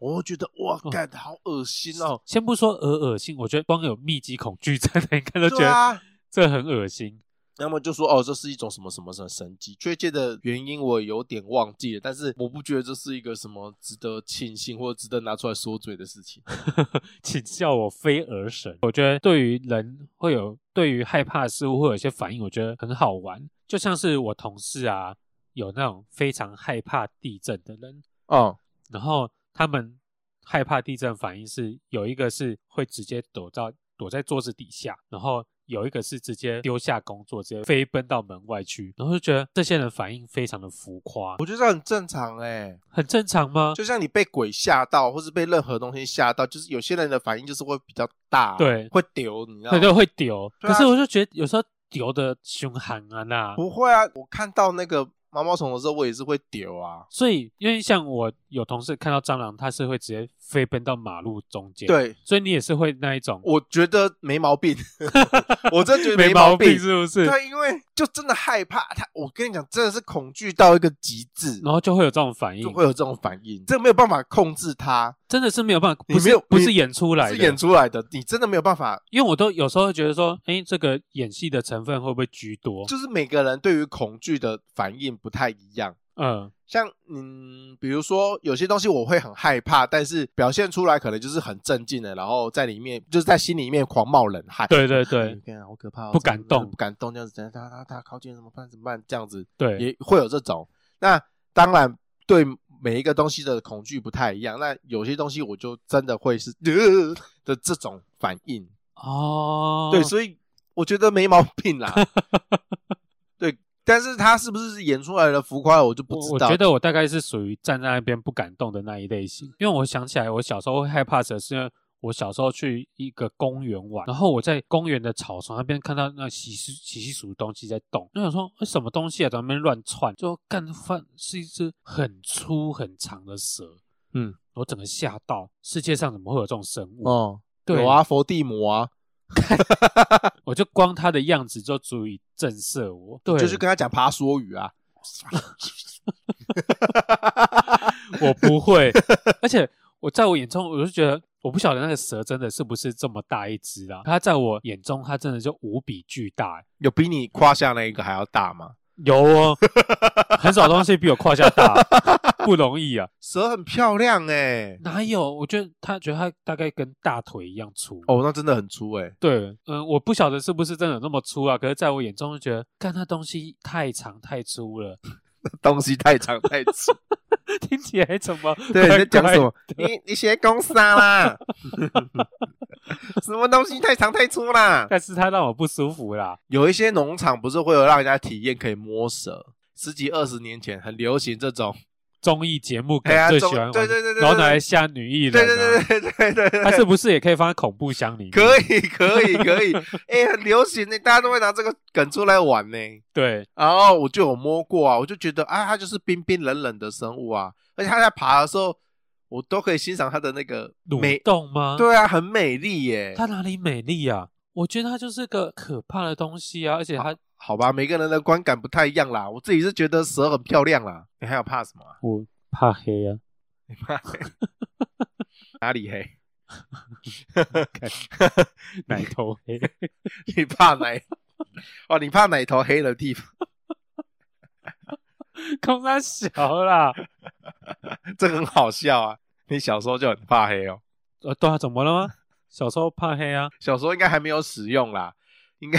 Speaker 2: 我觉得哇，
Speaker 1: 哦
Speaker 2: 干好恶心 哦！
Speaker 1: 先不说鹅恶心，我觉得光有密集恐惧症的应该都觉
Speaker 2: 对
Speaker 1: 得
Speaker 2: 啊，
Speaker 1: 这很恶心。
Speaker 2: 那么就说哦，这是一种什么什么什么神迹，确切的原因我有点忘记了，但是我不觉得这是一个什么值得庆幸或者值得拿出来说嘴的 事情。
Speaker 1: 请叫我飞蛾神。我觉得对于人会有对于害怕的事物会有一些反应，我觉得很好玩。就像是我同事啊，有那种非常害怕地震的人，
Speaker 2: 哦，
Speaker 1: 然后他们害怕地震反应是有一个是会直接躲到躲在桌子底下，然后有一个是直接丢下工作，直接飞奔到门外去，然后就觉得这些人反应非常的浮夸，
Speaker 2: 我觉得这很正常哎、
Speaker 1: 很正常吗？
Speaker 2: 就像你被鬼吓到，或是被任何东西吓到，就是有些人的反应就是会比较大，
Speaker 1: 对
Speaker 2: 会丢，你知道
Speaker 1: 对
Speaker 2: 吗？
Speaker 1: 对，会丢，
Speaker 2: 对啊
Speaker 1: 可是我就觉得有时候丢的凶悍啊那。
Speaker 2: 不会啊，我看到那个毛毛虫的时候，我也是会丢啊。
Speaker 1: 所以，因为像我有同事看到蟑螂，它是会直接飞奔到马路中间。，
Speaker 2: 对，
Speaker 1: 所以你也是会那一种，
Speaker 2: 我觉得没毛病，我真的觉得
Speaker 1: 没
Speaker 2: 毛
Speaker 1: 病是不是？
Speaker 2: 对，因为就真的害怕他，我跟你讲，真的是恐惧到一个极致，
Speaker 1: 然后就会有这种反应
Speaker 2: 就，会有这种反应，这没有办法控制它，
Speaker 1: 真的是没有办法，
Speaker 2: 你
Speaker 1: 不是
Speaker 2: 没有
Speaker 1: 不是
Speaker 2: 你
Speaker 1: 演出来
Speaker 2: 是
Speaker 1: 的，哦
Speaker 2: 演出来的，你真的没有办法。
Speaker 1: 因为我都有时候会觉得说，哎，这个演戏的成分会不会居多？
Speaker 2: 就是每个人对于恐惧的反应不太一样。
Speaker 1: 嗯，
Speaker 2: 像嗯，比如说有些东西我会很害怕，但是表现出来可能就是很镇静的，然后在里面就是在心里面狂冒冷汗。
Speaker 1: 对对
Speaker 2: 哎
Speaker 1: 对，
Speaker 2: 天啊好可怕哦、
Speaker 1: 不敢
Speaker 2: 这样子
Speaker 1: 动
Speaker 2: 不敢动，这样子，等下他他他靠近怎么办？怎么办？这样子
Speaker 1: 对
Speaker 2: 也会有这种。那当然对每一个东西的恐惧不太一样，那有些东西我就真的会是、 呃、的这种反应。
Speaker 1: 哦，
Speaker 2: 对，所以我觉得没毛 病啦。对，但是他是不是演出来的浮夸，我就不
Speaker 1: 我
Speaker 2: 知
Speaker 1: 我
Speaker 2: 道。
Speaker 1: 觉得我大概是属于站在那边不敢动的那一类型，因为我想起来，我小时候会害怕蛇，是因为我小时候去一个公园玩，然后我在公园的草丛那边看到那稀稀稀稀疏的东西在动，我想说哎什么东西啊，在那边乱窜，就干翻是一只很粗很长的蛇，
Speaker 2: 嗯，
Speaker 1: 我整个吓到，世界上怎么会有这种生物？
Speaker 2: 哦，
Speaker 1: 对
Speaker 2: 有啊，佛地魔啊，
Speaker 1: 我就光它的样子就足以震慑我，对，
Speaker 2: 就是跟他讲爬梭语啊。
Speaker 1: 我不会，而且我在我眼中，我就觉得我不晓得那个蛇真的是不是这么大一只啊？它在我眼中，它真的就无比巨大、欸
Speaker 2: 有比你胯下那一个还要大吗？
Speaker 1: 有哦， 很少东西比我胯下大，不容易啊。
Speaker 2: 蛇很漂亮哎、
Speaker 1: 哪有？我觉得它觉得它大概跟大腿一样粗。
Speaker 2: 哦，那真的很粗哎、
Speaker 1: 对，嗯，我不晓得是不是真的有那么粗啊，可是在我眼中就觉得，看它东西太长太粗了，
Speaker 2: 东西太长太 粗。
Speaker 1: 听起来怎么？
Speaker 2: 对，你在讲什？么？你你学公杀啦？ 什么东西太长太粗啦？
Speaker 1: 但是它让我不舒服啦。
Speaker 2: 有一些农场不是会有让人家体验可以摸蛇？十几二十年前很流行这种，
Speaker 1: 综艺节目梗
Speaker 2: 哎呀
Speaker 1: 最喜
Speaker 2: 综
Speaker 1: 欢玩，
Speaker 2: 对对对对
Speaker 1: 然后
Speaker 2: 对
Speaker 1: 拿
Speaker 2: 对
Speaker 1: 来吓女艺人、啊，
Speaker 2: 对对对对对对对，
Speaker 1: 它是不是也可以放在恐怖箱里面？
Speaker 2: 可以可以可以， 哎、很流行呢、大家都会拿这个梗出来玩呢、欸
Speaker 1: 对，
Speaker 2: 然后哦我就有摸过啊，我就觉得啊，它就是冰冰冷冷的生物啊，而且它在爬的时候，我都可以欣赏它的那个美
Speaker 1: 蠕，动吗？，
Speaker 2: 对啊，很美丽耶、
Speaker 1: 它哪里美丽啊？我觉得它就是个可怕的东西啊，而且它，
Speaker 2: 好吧，每个人的观感不太一样啦。我自己是觉得蛇很漂亮啦。你还有怕什么、啊？
Speaker 1: 我怕黑 啊，
Speaker 2: 你怕哪里黑？
Speaker 1: 奶头 黑，
Speaker 2: 你怕哪？哦，你怕哪头黑的地方？
Speaker 1: 空它小啦。
Speaker 2: 这很好笑啊！你小时候就很怕黑哦，
Speaker 1: 呃，对啊，怎么了吗？小时候怕黑啊，
Speaker 2: 小时候应该 还没有使用啦，应该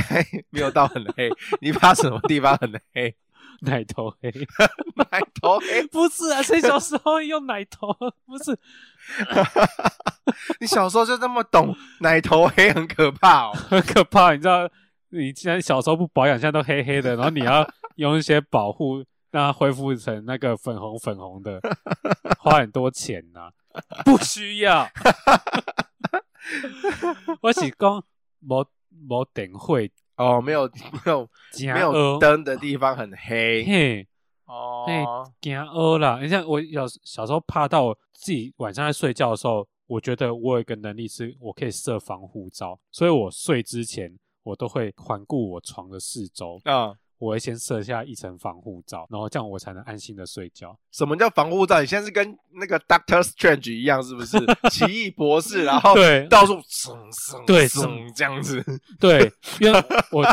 Speaker 2: 没有到很黑。你怕什么地方很黑？
Speaker 1: 奶头 黑，
Speaker 2: 奶头黑。
Speaker 1: 不是啊，谁小时候用奶头？不是，
Speaker 2: 你小时候就那么懂奶头黑很可怕 哦。
Speaker 1: 很可怕，你知道？你既然小时候不保养，现在都黑黑的，然后你 要用一些保护，让它恢复成那个粉红粉红的，花很多钱呐、不需要。 我是讲没没灯会，
Speaker 2: 哦，没有没有
Speaker 1: 惊
Speaker 2: 没有灯的地方很黑
Speaker 1: 嘿，
Speaker 2: 哦。
Speaker 1: 惊饿啦！你像我小小时候怕到我自己晚上在睡觉的时候，我觉得我有一个能力是我可以设防护罩，所以我睡之前我都会环顾我床的四周，
Speaker 2: 啊，
Speaker 1: 我会先设下一层防护罩，然后这样我才能安心的睡觉。
Speaker 2: 什么叫防护罩？你现在是跟那个 Doctor Strange 一样，是不是？ 奇异博士，然后
Speaker 1: 对
Speaker 2: 到处蹭蹭
Speaker 1: 对
Speaker 2: 蹭这样子。
Speaker 1: 对，因为我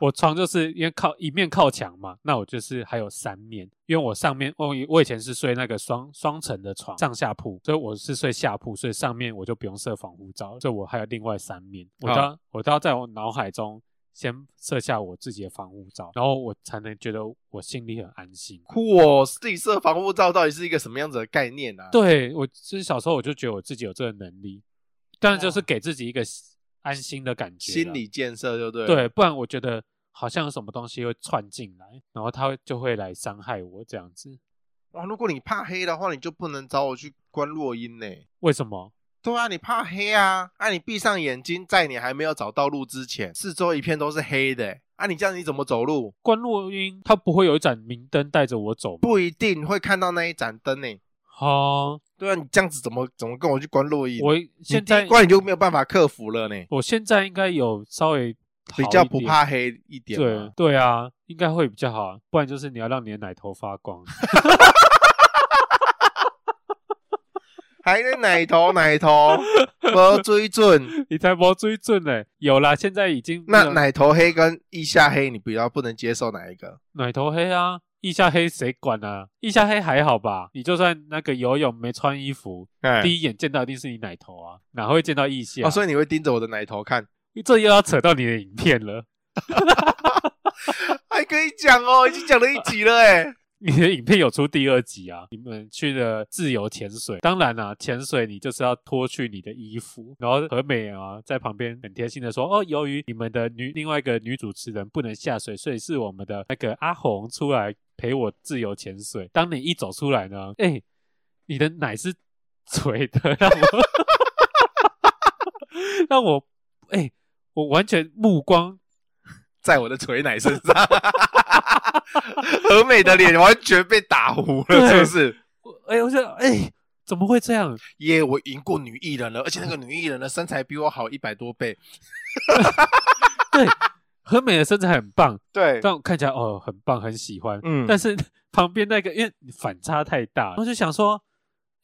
Speaker 1: 我床就是因为靠一面靠墙嘛，那我就是还有三面，因为我上面我以我以前是睡那个双双层的床，上下铺，所以我是睡下铺，所以上面我就不用设防护罩，所以我还有另外三面，我都要、我都要在我脑海中先设下我自己的防护罩，然后我才能觉得我心里很安心。
Speaker 2: 酷哦，自己设防护罩到底是一个什么样子的概念啊？，
Speaker 1: 对我，就是小时候我就觉得我自己有这个能力，但是就是
Speaker 2: 哇
Speaker 1: 给自己一个安心的感觉啦，
Speaker 2: 嗯心理建设就对。
Speaker 1: 对，，不然我觉得好像有什么东西会窜进来，然后它会就会来伤害我这样子。
Speaker 2: 哇，如果你怕黑的话，你就不能找我去关落音呢、
Speaker 1: 为什么？
Speaker 2: 对啊，你怕黑啊？啊，你闭上眼睛，在你还没有找到路之前，四周一片都是黑的、啊，你这样你怎么走路？
Speaker 1: 关落音它不会有一盏明灯带着我走吗？
Speaker 2: 不一定会看到那一盏灯呢、
Speaker 1: 哦，
Speaker 2: 对啊，你这样子怎么怎么跟我去关落音？
Speaker 1: 我
Speaker 2: 你
Speaker 1: 现
Speaker 2: 第一
Speaker 1: 在
Speaker 2: 关你就没有办法克服了呢、
Speaker 1: 我现在应该有稍微
Speaker 2: 比
Speaker 1: 好
Speaker 2: 较
Speaker 1: 一
Speaker 2: 不
Speaker 1: 点
Speaker 2: 怕。黑一点
Speaker 1: 对
Speaker 2: 嘛。
Speaker 1: 对啊，应该会比较好啊，不然就是你要让你的奶头发光。
Speaker 2: 还在奶头奶头， 没追准。
Speaker 1: 你才没追准呢、有啦，现在已经没
Speaker 2: 那
Speaker 1: 有
Speaker 2: 奶头黑跟腋下黑，你比较不能接受哪一个？
Speaker 1: 奶头黑啊，腋下黑谁管啊？腋下黑还好吧？你就算那个游泳没穿衣服，
Speaker 2: 哎
Speaker 1: 第一啊眼见到一定是你奶头啊，哪会见到腋下？
Speaker 2: 哦，所以你会盯着我的奶头看。
Speaker 1: 以这又要扯到你的影片了。
Speaker 2: 还可以讲哦，已经讲了一集了哎。
Speaker 1: 你的影片有出第二集啊？你们去了自由潜水，当然啦、潜水你就是要脱去你的衣服，然后和美啊在旁边很贴心的说，哦，由于你们的女另外一个女主持人不能下水，所以是我们的那个阿红出来陪我自由潜水。当你一走出来呢，哎，你的奶是垂的，让我让我哎，我完全目光
Speaker 2: 在我的锤奶身上， 和美的脸完全被打糊了，是
Speaker 1: 对
Speaker 2: 不是？
Speaker 1: 我哎、我想，哎、怎么会这样？
Speaker 2: 耶、我赢过女艺人了，而且那个女艺人的身材比我好一百多倍。
Speaker 1: 对，和美的身材很棒，
Speaker 2: 对
Speaker 1: 但我看起来哦很棒，很喜欢。
Speaker 2: 嗯
Speaker 1: 但是 旁边那个因为反差太大，我就想说，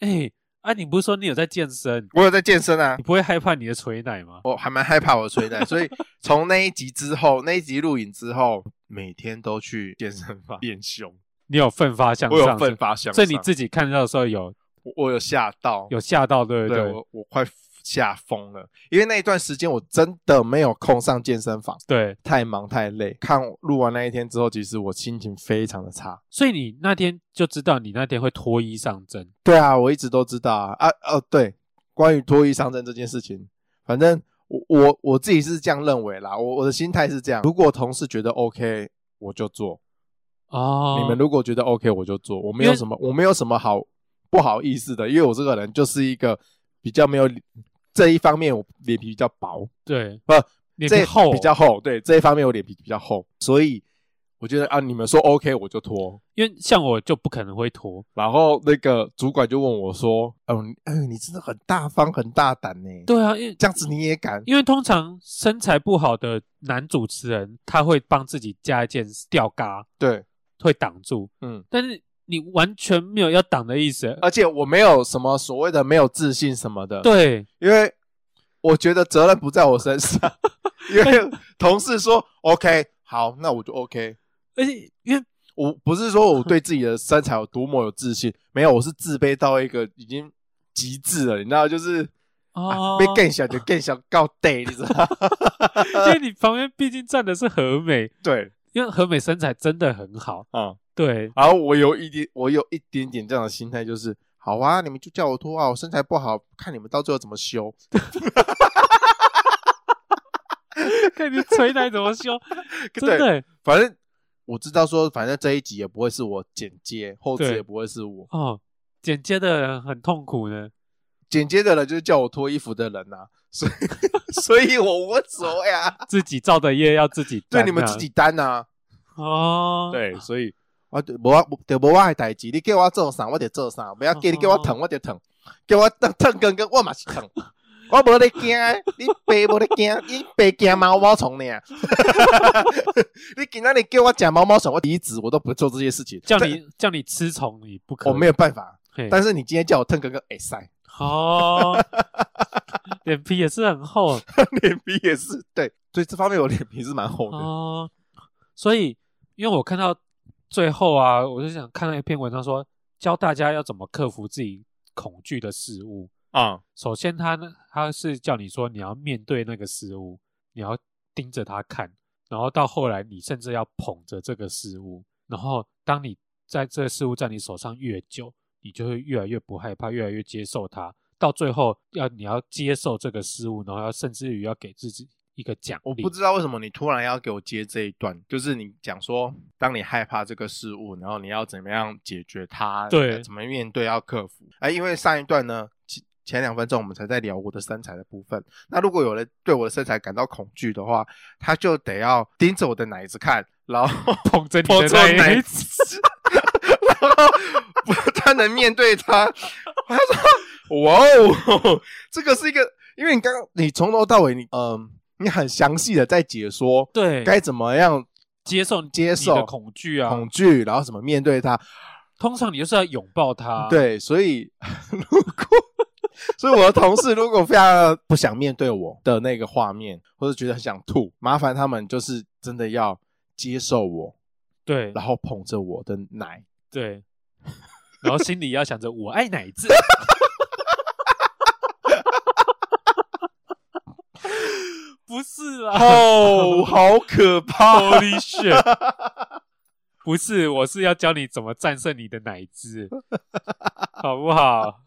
Speaker 1: 哎、啊，你不是说你有在健身，
Speaker 2: 我有在健身啊
Speaker 1: 你，不会害怕你的垂奶吗？
Speaker 2: 我还蛮害怕我的锤奶，所以从那一集之后，那一集录影之后，每天都去健身房练胸，
Speaker 1: 你有奋发向
Speaker 2: 我有
Speaker 1: 上，
Speaker 2: 奋发向上，
Speaker 1: 所以你自己看到的时候有
Speaker 2: 我我有吓到，
Speaker 1: 有吓到，对不
Speaker 2: 对
Speaker 1: 对？
Speaker 2: 我我快吓疯了，因为那一段时间我真的没有空上健身房。
Speaker 1: 对，
Speaker 2: 太忙太累。看我录完那一天之后，其实我心情非常的差。
Speaker 1: 所以你那天就知道你那天会脱衣上阵，
Speaker 2: 对啊，我一直都知道啊啊哦、对，关于脱衣上阵这件事情，反正我我我自己是这样认为啦，我我的心态是这样：如果同事觉得 OK，我就做；
Speaker 1: 哦，
Speaker 2: 你们如果觉得 OK，我就做。我没
Speaker 1: 因
Speaker 2: 有
Speaker 1: 为
Speaker 2: 什么，我没有什么好不好意思的，因为我这个人就是一个比较没有这一方面，我脸皮比较薄。
Speaker 1: 对
Speaker 2: 不
Speaker 1: 脸
Speaker 2: 这
Speaker 1: 皮厚
Speaker 2: 比较厚，对这一方面我脸皮比较厚，所以我觉得啊，你们说 OK 我就脱，
Speaker 1: 因为像我就不可能会脱，
Speaker 2: 然后那个主管就问我说：“哦，你哎，你真的很大方，很大胆呢。，
Speaker 1: 对啊，因为
Speaker 2: 这样子你也敢？
Speaker 1: 因为通常身材不好的男主持人，他会帮自己加一件吊嘎，
Speaker 2: 对，
Speaker 1: 会挡住。
Speaker 2: 嗯，呃
Speaker 1: 但是你完全没有要挡的意思。
Speaker 2: 而且我没有什么所谓的没有自信什么的，，
Speaker 1: 对
Speaker 2: 因为我觉得责任不在我身 上，因为同事说 OK，好，那我就 OK。
Speaker 1: 而且因为
Speaker 2: 我不是说我对自己的身材有多么有自信， 没有，我是自卑到一个已经极致了，你知道，就是、
Speaker 1: 哦
Speaker 2: 啊、，被更小就更小告 day，你知道？ 呃
Speaker 1: 因为你旁边毕竟站的是和美，
Speaker 2: 对，
Speaker 1: 因为和美身材真的很好，
Speaker 2: 啊、
Speaker 1: 对，
Speaker 2: 然后我有一点，我有一点点这样的心态，就是好啊，你们就叫我脱啊，我身材不好，看你们到最后怎么修。
Speaker 1: 看你吹奶怎么修，真
Speaker 2: 对
Speaker 1: 的
Speaker 2: 反正我知道说，反正这一集也不会是我剪接，后置
Speaker 1: 对
Speaker 2: 也不会是我
Speaker 1: 哦，剪接的人很痛苦呢。
Speaker 2: 剪接的人，就是叫我脱衣服的人呐、所以 所以我无所 谓啊，
Speaker 1: 自己造的业要自己担
Speaker 2: 对
Speaker 1: 啊
Speaker 2: 你们自己担呐、
Speaker 1: 哦，，
Speaker 2: 对，所以啊，对无我对无我的代志，你叫我做啥我就做啥，不要叫你叫我
Speaker 1: 哦
Speaker 2: 疼我就疼，叫我疼疼根根我嘛是疼。我无咧惊，啊你白无咧惊，你白惊毛毛虫呢？啊 你今仔日叫我讲毛毛虫，我离职我都不做这些事情。
Speaker 1: 叫
Speaker 2: 但
Speaker 1: 你叫你吃虫你不可以，
Speaker 2: 我没有办法，
Speaker 1: 嘿，
Speaker 2: 但是你今天叫我腾哥哥，哎塞，
Speaker 1: 哦，脸皮也是很厚啊
Speaker 2: 脸皮也是对，所以这方面我脸皮是蛮厚的。
Speaker 1: 哦，所以因为我看到最后啊，我就想看到一篇文章说教大家要怎么克服自己恐惧的事物。
Speaker 2: 啊、
Speaker 1: 首先他呢，他是叫你说你要面对那个事物，你要盯着它看，然后到后来你甚至要捧着这个事物，然后当你在这个事物在你手上越久，你就会越来越不害怕，越来越接受它，到最后要你要接受这个事物，然后要甚至于要给自己一个奖
Speaker 2: 我
Speaker 1: 励
Speaker 2: 不。知道为什么你突然要给我接这一段，就是你讲说，当你害怕这个事物，然后你要怎么样解决它，
Speaker 1: 对
Speaker 2: 怎么面对，要克服。哎，因为上一段呢，其前两分钟我们才在聊我的身材的部分。那如果有人对我的身材感到恐惧的话，他就得要盯着我的奶子看，然后
Speaker 1: 捧着你
Speaker 2: 破
Speaker 1: 的
Speaker 2: 出
Speaker 1: 那
Speaker 2: 奶
Speaker 1: 一
Speaker 2: 子，然后不他能面对他，他说：“哇哦，这个是一个，因为你刚刚你从头到尾你嗯、你很详细的在解说
Speaker 1: 对，
Speaker 2: 该怎么样
Speaker 1: 接受
Speaker 2: 接
Speaker 1: 你
Speaker 2: 受
Speaker 1: 的恐惧啊。
Speaker 2: 恐惧，然后怎么面对它，
Speaker 1: 通常你就是要拥抱它。，
Speaker 2: 对，所以 如果。”所以我的同事如果非常不想面对我的那个画面，或者觉得很想吐，麻烦他们就是真的要接受我，
Speaker 1: 对
Speaker 2: 然后捧着我的奶，
Speaker 1: 对， 然后心里要想着我爱奶子。 不是啦
Speaker 2: 哦，好可 怕！
Speaker 1: ，Holy shit！不是，我是要教你怎么战胜你的奶 汁，好不好？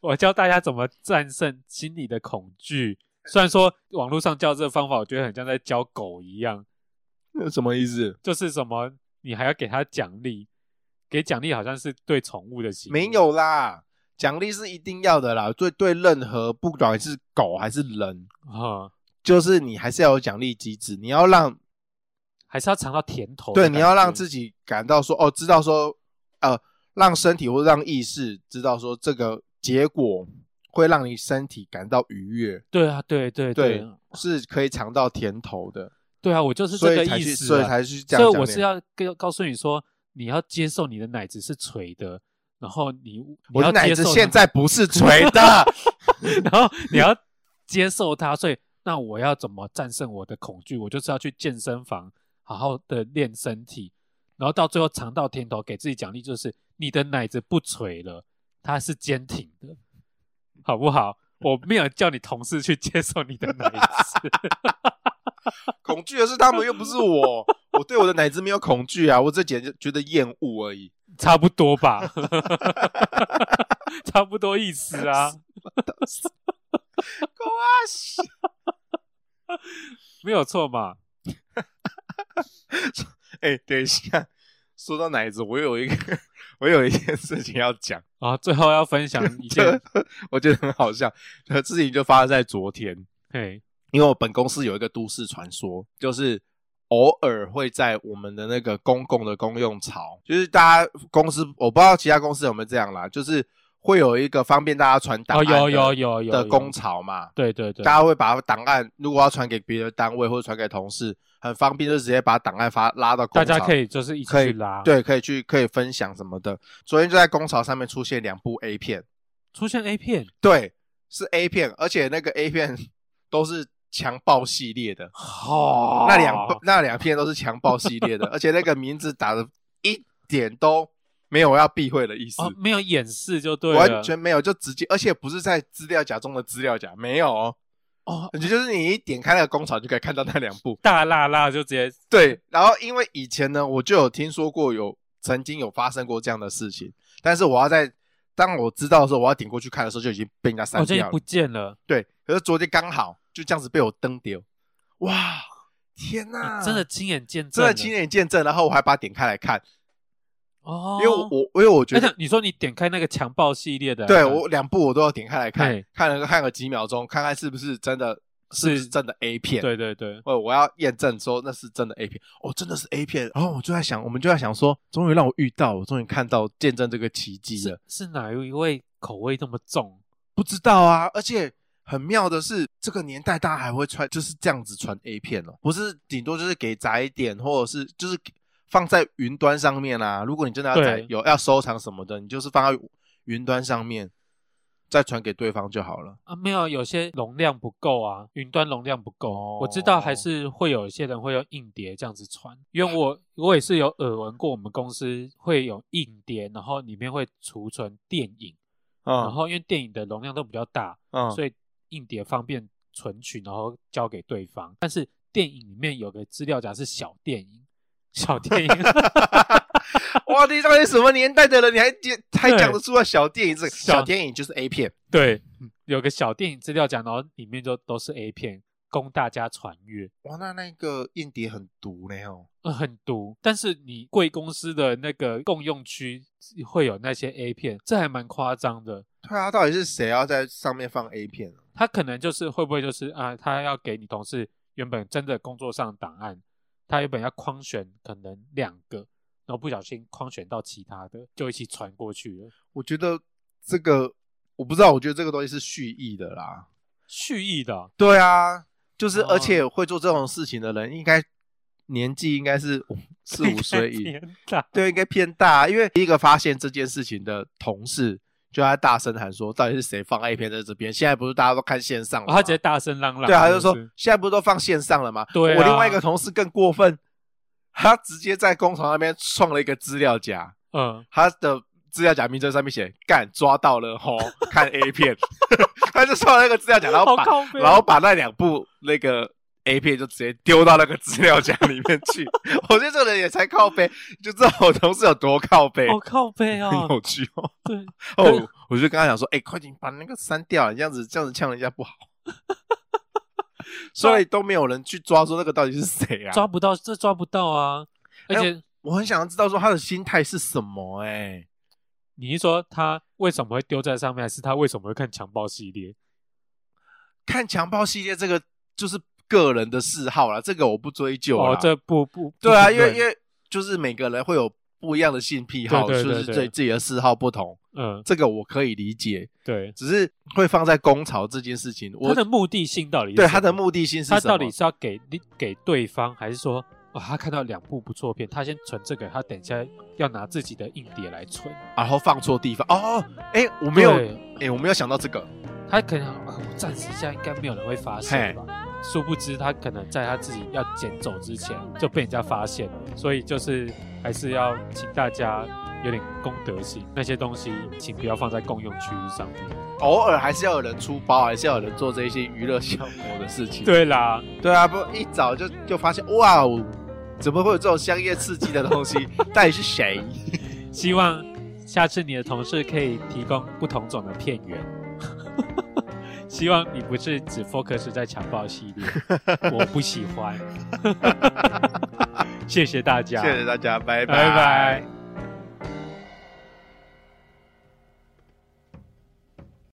Speaker 1: 我教大家怎么战胜心里的恐惧。虽然说网络上教这个方法，我觉得很像在教狗一样，
Speaker 2: 那什么意思？
Speaker 1: 就是什么你还要给它奖励，给奖励好像是对宠物的行
Speaker 2: 没
Speaker 1: 为
Speaker 2: 有啦，奖励是一定要的啦。对对，任何不管是狗还是人，
Speaker 1: 啊、
Speaker 2: 就是你还是要有奖励机制，你要让
Speaker 1: 还是要尝到甜头的
Speaker 2: 对，
Speaker 1: 哦感觉。
Speaker 2: 你要让自己感到说哦，知道说呃，让身体或者让意识知道说这个结果会让你身体感到愉悦，
Speaker 1: 对啊，对对
Speaker 2: 对，
Speaker 1: 对
Speaker 2: 是可以尝到甜头的，
Speaker 1: 对啊，我就是
Speaker 2: 所
Speaker 1: 这个
Speaker 2: 以才
Speaker 1: 意
Speaker 2: 去，
Speaker 1: 思
Speaker 2: 所以
Speaker 1: 啊。
Speaker 2: 才去这样
Speaker 1: 所以
Speaker 2: 奖
Speaker 1: 我
Speaker 2: 励
Speaker 1: 是要告告诉你说，你要接受你的奶子是垂的，然后你你
Speaker 2: 我的
Speaker 1: 要
Speaker 2: 奶
Speaker 1: 接
Speaker 2: 子
Speaker 1: 受
Speaker 2: 现
Speaker 1: 它，
Speaker 2: 在不是垂的。
Speaker 1: 然后你要接受它。所以那我要怎么战胜我的恐惧？我就是要去健身房好好的练身体，然后到最后尝到甜头，给自己奖励，就是你的奶子不垂了，它是坚挺的，好不好？我没有叫你同事去接受你的奶子。
Speaker 2: 恐惧的是他们，又不是我。我对我的奶子没有恐惧啊，我只觉觉得厌恶而已。
Speaker 1: 差不多吧， 差不多意思啊。没有错嘛。
Speaker 2: 哎、等一下，说到奶子，我有一个，我有一件事情要讲，
Speaker 1: 啊，最后要分享一 件，
Speaker 2: 我觉得很好笑。这事情就发生在昨天，
Speaker 1: 嘿，
Speaker 2: 因为我本公司有一个都市传说，就是偶尔会在我们的那个公共的公用槽，就是大家公司，我不知道其他公司有没有这样啦，就是会有一个方便大家传档
Speaker 1: 哦，
Speaker 2: 案的、
Speaker 1: 有有有有
Speaker 2: 的
Speaker 1: 有
Speaker 2: 公槽嘛。
Speaker 1: 对对对，
Speaker 2: 大家会把档案，如果要传给别的单位或者传给同事，很方便，就直接把档案发拉到
Speaker 1: 大
Speaker 2: 工
Speaker 1: 家
Speaker 2: 厂，
Speaker 1: 可以就是一起
Speaker 2: 可以
Speaker 1: 去拉，，
Speaker 2: 对，可以去可以分享什么的。昨天就在工潮上面出现两部 A 片，
Speaker 1: 出现 A 片，
Speaker 2: 对，是 A 片，而且那个 A 片 都是强暴系列的，
Speaker 1: 好，
Speaker 2: 那两部那两片都是强暴系 列的，而且那个名字打的一点都没有要避讳的意思。
Speaker 1: 哦没有掩饰就对了，啊
Speaker 2: 完全没有，就直接，而且不是在资料夹中的资料夹，没有、哦，
Speaker 1: 哦，
Speaker 2: 你就是你一点开那个工厂就可以看到那两部。
Speaker 1: 大辣辣就直接
Speaker 2: 对，然后因为以前呢，我就有听说过有曾经有发生过这样的事情，但是我要在当我知道的时候，我要点过去看的时候，就已经被人家删
Speaker 1: 好像、
Speaker 2: 掉
Speaker 1: 不
Speaker 2: 了。
Speaker 1: 见了，
Speaker 2: 对，可是昨天刚好就这样子被我登掉，哇，天哪！
Speaker 1: 啊真的亲眼见证
Speaker 2: 真
Speaker 1: 了，
Speaker 2: 的亲眼见证，然后我还把它点开来看，
Speaker 1: 哦，
Speaker 2: 因为我因为我觉
Speaker 1: 哎
Speaker 2: 得
Speaker 1: 那你说你点开那个强暴系列的，呃
Speaker 2: 对我两部我都要点开来看
Speaker 1: 嘿，
Speaker 2: 看了看个几秒钟，看看是不是真的是不是
Speaker 1: 是
Speaker 2: 真的 A 片。
Speaker 1: 对对对，
Speaker 2: 呃，我要验证说那是真的 A 片，哦，真的是 A 片。然后我就在想，我们就在想说，终于让我遇到，我终于看到见证这个奇迹了
Speaker 1: 是。是哪一位口味这么重？
Speaker 2: 不知道啊，而且很妙的是，这个年代大家还会穿，就是这样子穿 A 片哦，不是顶多就是给宅一点，或者是就是放在云端上面啦、如果你真的要
Speaker 1: 对
Speaker 2: 宅有要收藏什么的，你就是放在云端上面，再传给对方就好了。
Speaker 1: 啊，没有，有些容量不够啊，云端容量不够。
Speaker 2: 哦
Speaker 1: 我知道还是会有一些人会用硬碟这样子传，因为我我也是有耳闻过，我们公司会有硬碟，然后里面会储存电影，然
Speaker 2: 嗯
Speaker 1: 后因为电影的容量都比较大，
Speaker 2: 嗯，
Speaker 1: 所以硬碟方便存取，然后交给对方。但是电影里面有个资料夹是小电影，小电 影
Speaker 2: 哇，你到底什么年代的人？你还讲还
Speaker 1: 对
Speaker 2: 讲得出来小电影？这个
Speaker 1: 小
Speaker 2: 小电影就是 A 片，
Speaker 1: 对，
Speaker 2: 嗯
Speaker 1: 有个小电影资料夹，然后里面就都是 A 片，供大家传阅。
Speaker 2: 哇，那那个硬碟很毒呢哦。
Speaker 1: 呃，很毒，但是你贵公司的那个共用区会有那些 A 片，这还蛮夸张的。
Speaker 2: 对啊，到底是谁要在上面放 A 片啊？
Speaker 1: 他可能就是会不会就是啊，他要给你同事原本真的工作上的档案，他原本要框选可能两个，然后不小心框选到其他的，就一起传过去了，
Speaker 2: 我觉得这个我不知道，我觉得这个东西是蓄意的啦。
Speaker 1: 蓄意的 啊、
Speaker 2: 对啊，就是
Speaker 1: 哦
Speaker 2: 而且会做这种事情的人，应该年纪应该是 五四五岁 以
Speaker 1: 天大
Speaker 2: 对，应该偏大。啊因为第一个发现这件事情的同事就在大声喊说：“到底是谁放 A 片在这边？现在不是大家都看线上了
Speaker 1: 然
Speaker 2: 吗、
Speaker 1: 哦后他直接大声嚷嚷，
Speaker 2: 对啊，他就是说
Speaker 1: 不是
Speaker 2: 现在不是都放线上了吗？
Speaker 1: 对啊
Speaker 2: 我另外一个同事更过分，他直接在工厂那边创了一个资料夹，
Speaker 1: 嗯，
Speaker 2: 他的资料夹名称上面写“干抓到了吼，看 A 片”， 他就创了那个资料夹，然后
Speaker 1: 好
Speaker 2: 把
Speaker 1: 靠背哦，
Speaker 2: 然后把那两部那个 A 片就直接丢到那个资料夹里面去。 我觉得这个人也才靠背，就知道我同事有多靠背，
Speaker 1: 好靠背
Speaker 2: 很
Speaker 1: 哦，
Speaker 2: 有趣哦。
Speaker 1: 对，
Speaker 2: 哦，我就跟他讲说，哎、快点把那个删掉，你这样子这样子呛人家不好。所以都没有人去抓说那个到底是谁啊？
Speaker 1: 抓不到，这抓不到啊，而
Speaker 2: 哎
Speaker 1: 且。
Speaker 2: 我很想要知道说他的心态是什么、哎，
Speaker 1: 你是说他为什么会丢在上面，还是他为什么会看强暴系列？
Speaker 2: 看强暴系列这个就是个人的嗜好啦，这个我不追究啦。
Speaker 1: 哦，这不不不
Speaker 2: 对啊，
Speaker 1: 评
Speaker 2: 因为
Speaker 1: 论
Speaker 2: 因为就是每个人会有不一样的性癖好，
Speaker 1: 对对对
Speaker 2: 就是
Speaker 1: 对
Speaker 2: 对自己的嗜好不同，
Speaker 1: 嗯，
Speaker 2: 这个我可以理解。
Speaker 1: 对，
Speaker 2: 只是会放在工潮这件事情，我
Speaker 1: 他的目的性到底是
Speaker 2: 对
Speaker 1: 什么
Speaker 2: 他的目的性是什
Speaker 1: 他
Speaker 2: 么？
Speaker 1: 到底是要给给对方，还是说哦，他看到两部不错片，他先存这个，他等一下要拿自己的硬碟来存？
Speaker 2: 然后放错地方哦，哎，我没有，
Speaker 1: 对
Speaker 2: 哎，我没有想到这个，
Speaker 1: 他可能啊，我暂时现在应该没有人会发现吧。殊不知，他可能在他自己要捡走之前就被人家发现了，所以就是还是要请大家有点公德心，那些东西请不要放在共用区域上面。
Speaker 2: 偶尔还是要有人出包，还是要有人做这一些娱乐项目的事情。
Speaker 1: 对啦，
Speaker 2: 对啊，不一早就就发现哇，我怎么会有这种香艳刺激的东西？ 到底是谁？
Speaker 1: 希望下次你的同事可以提供不同种的片源。 希望你不是只 focus 在强暴系 列，我不 喜欢。谢谢大家，
Speaker 2: 谢谢大家，拜
Speaker 1: 拜拜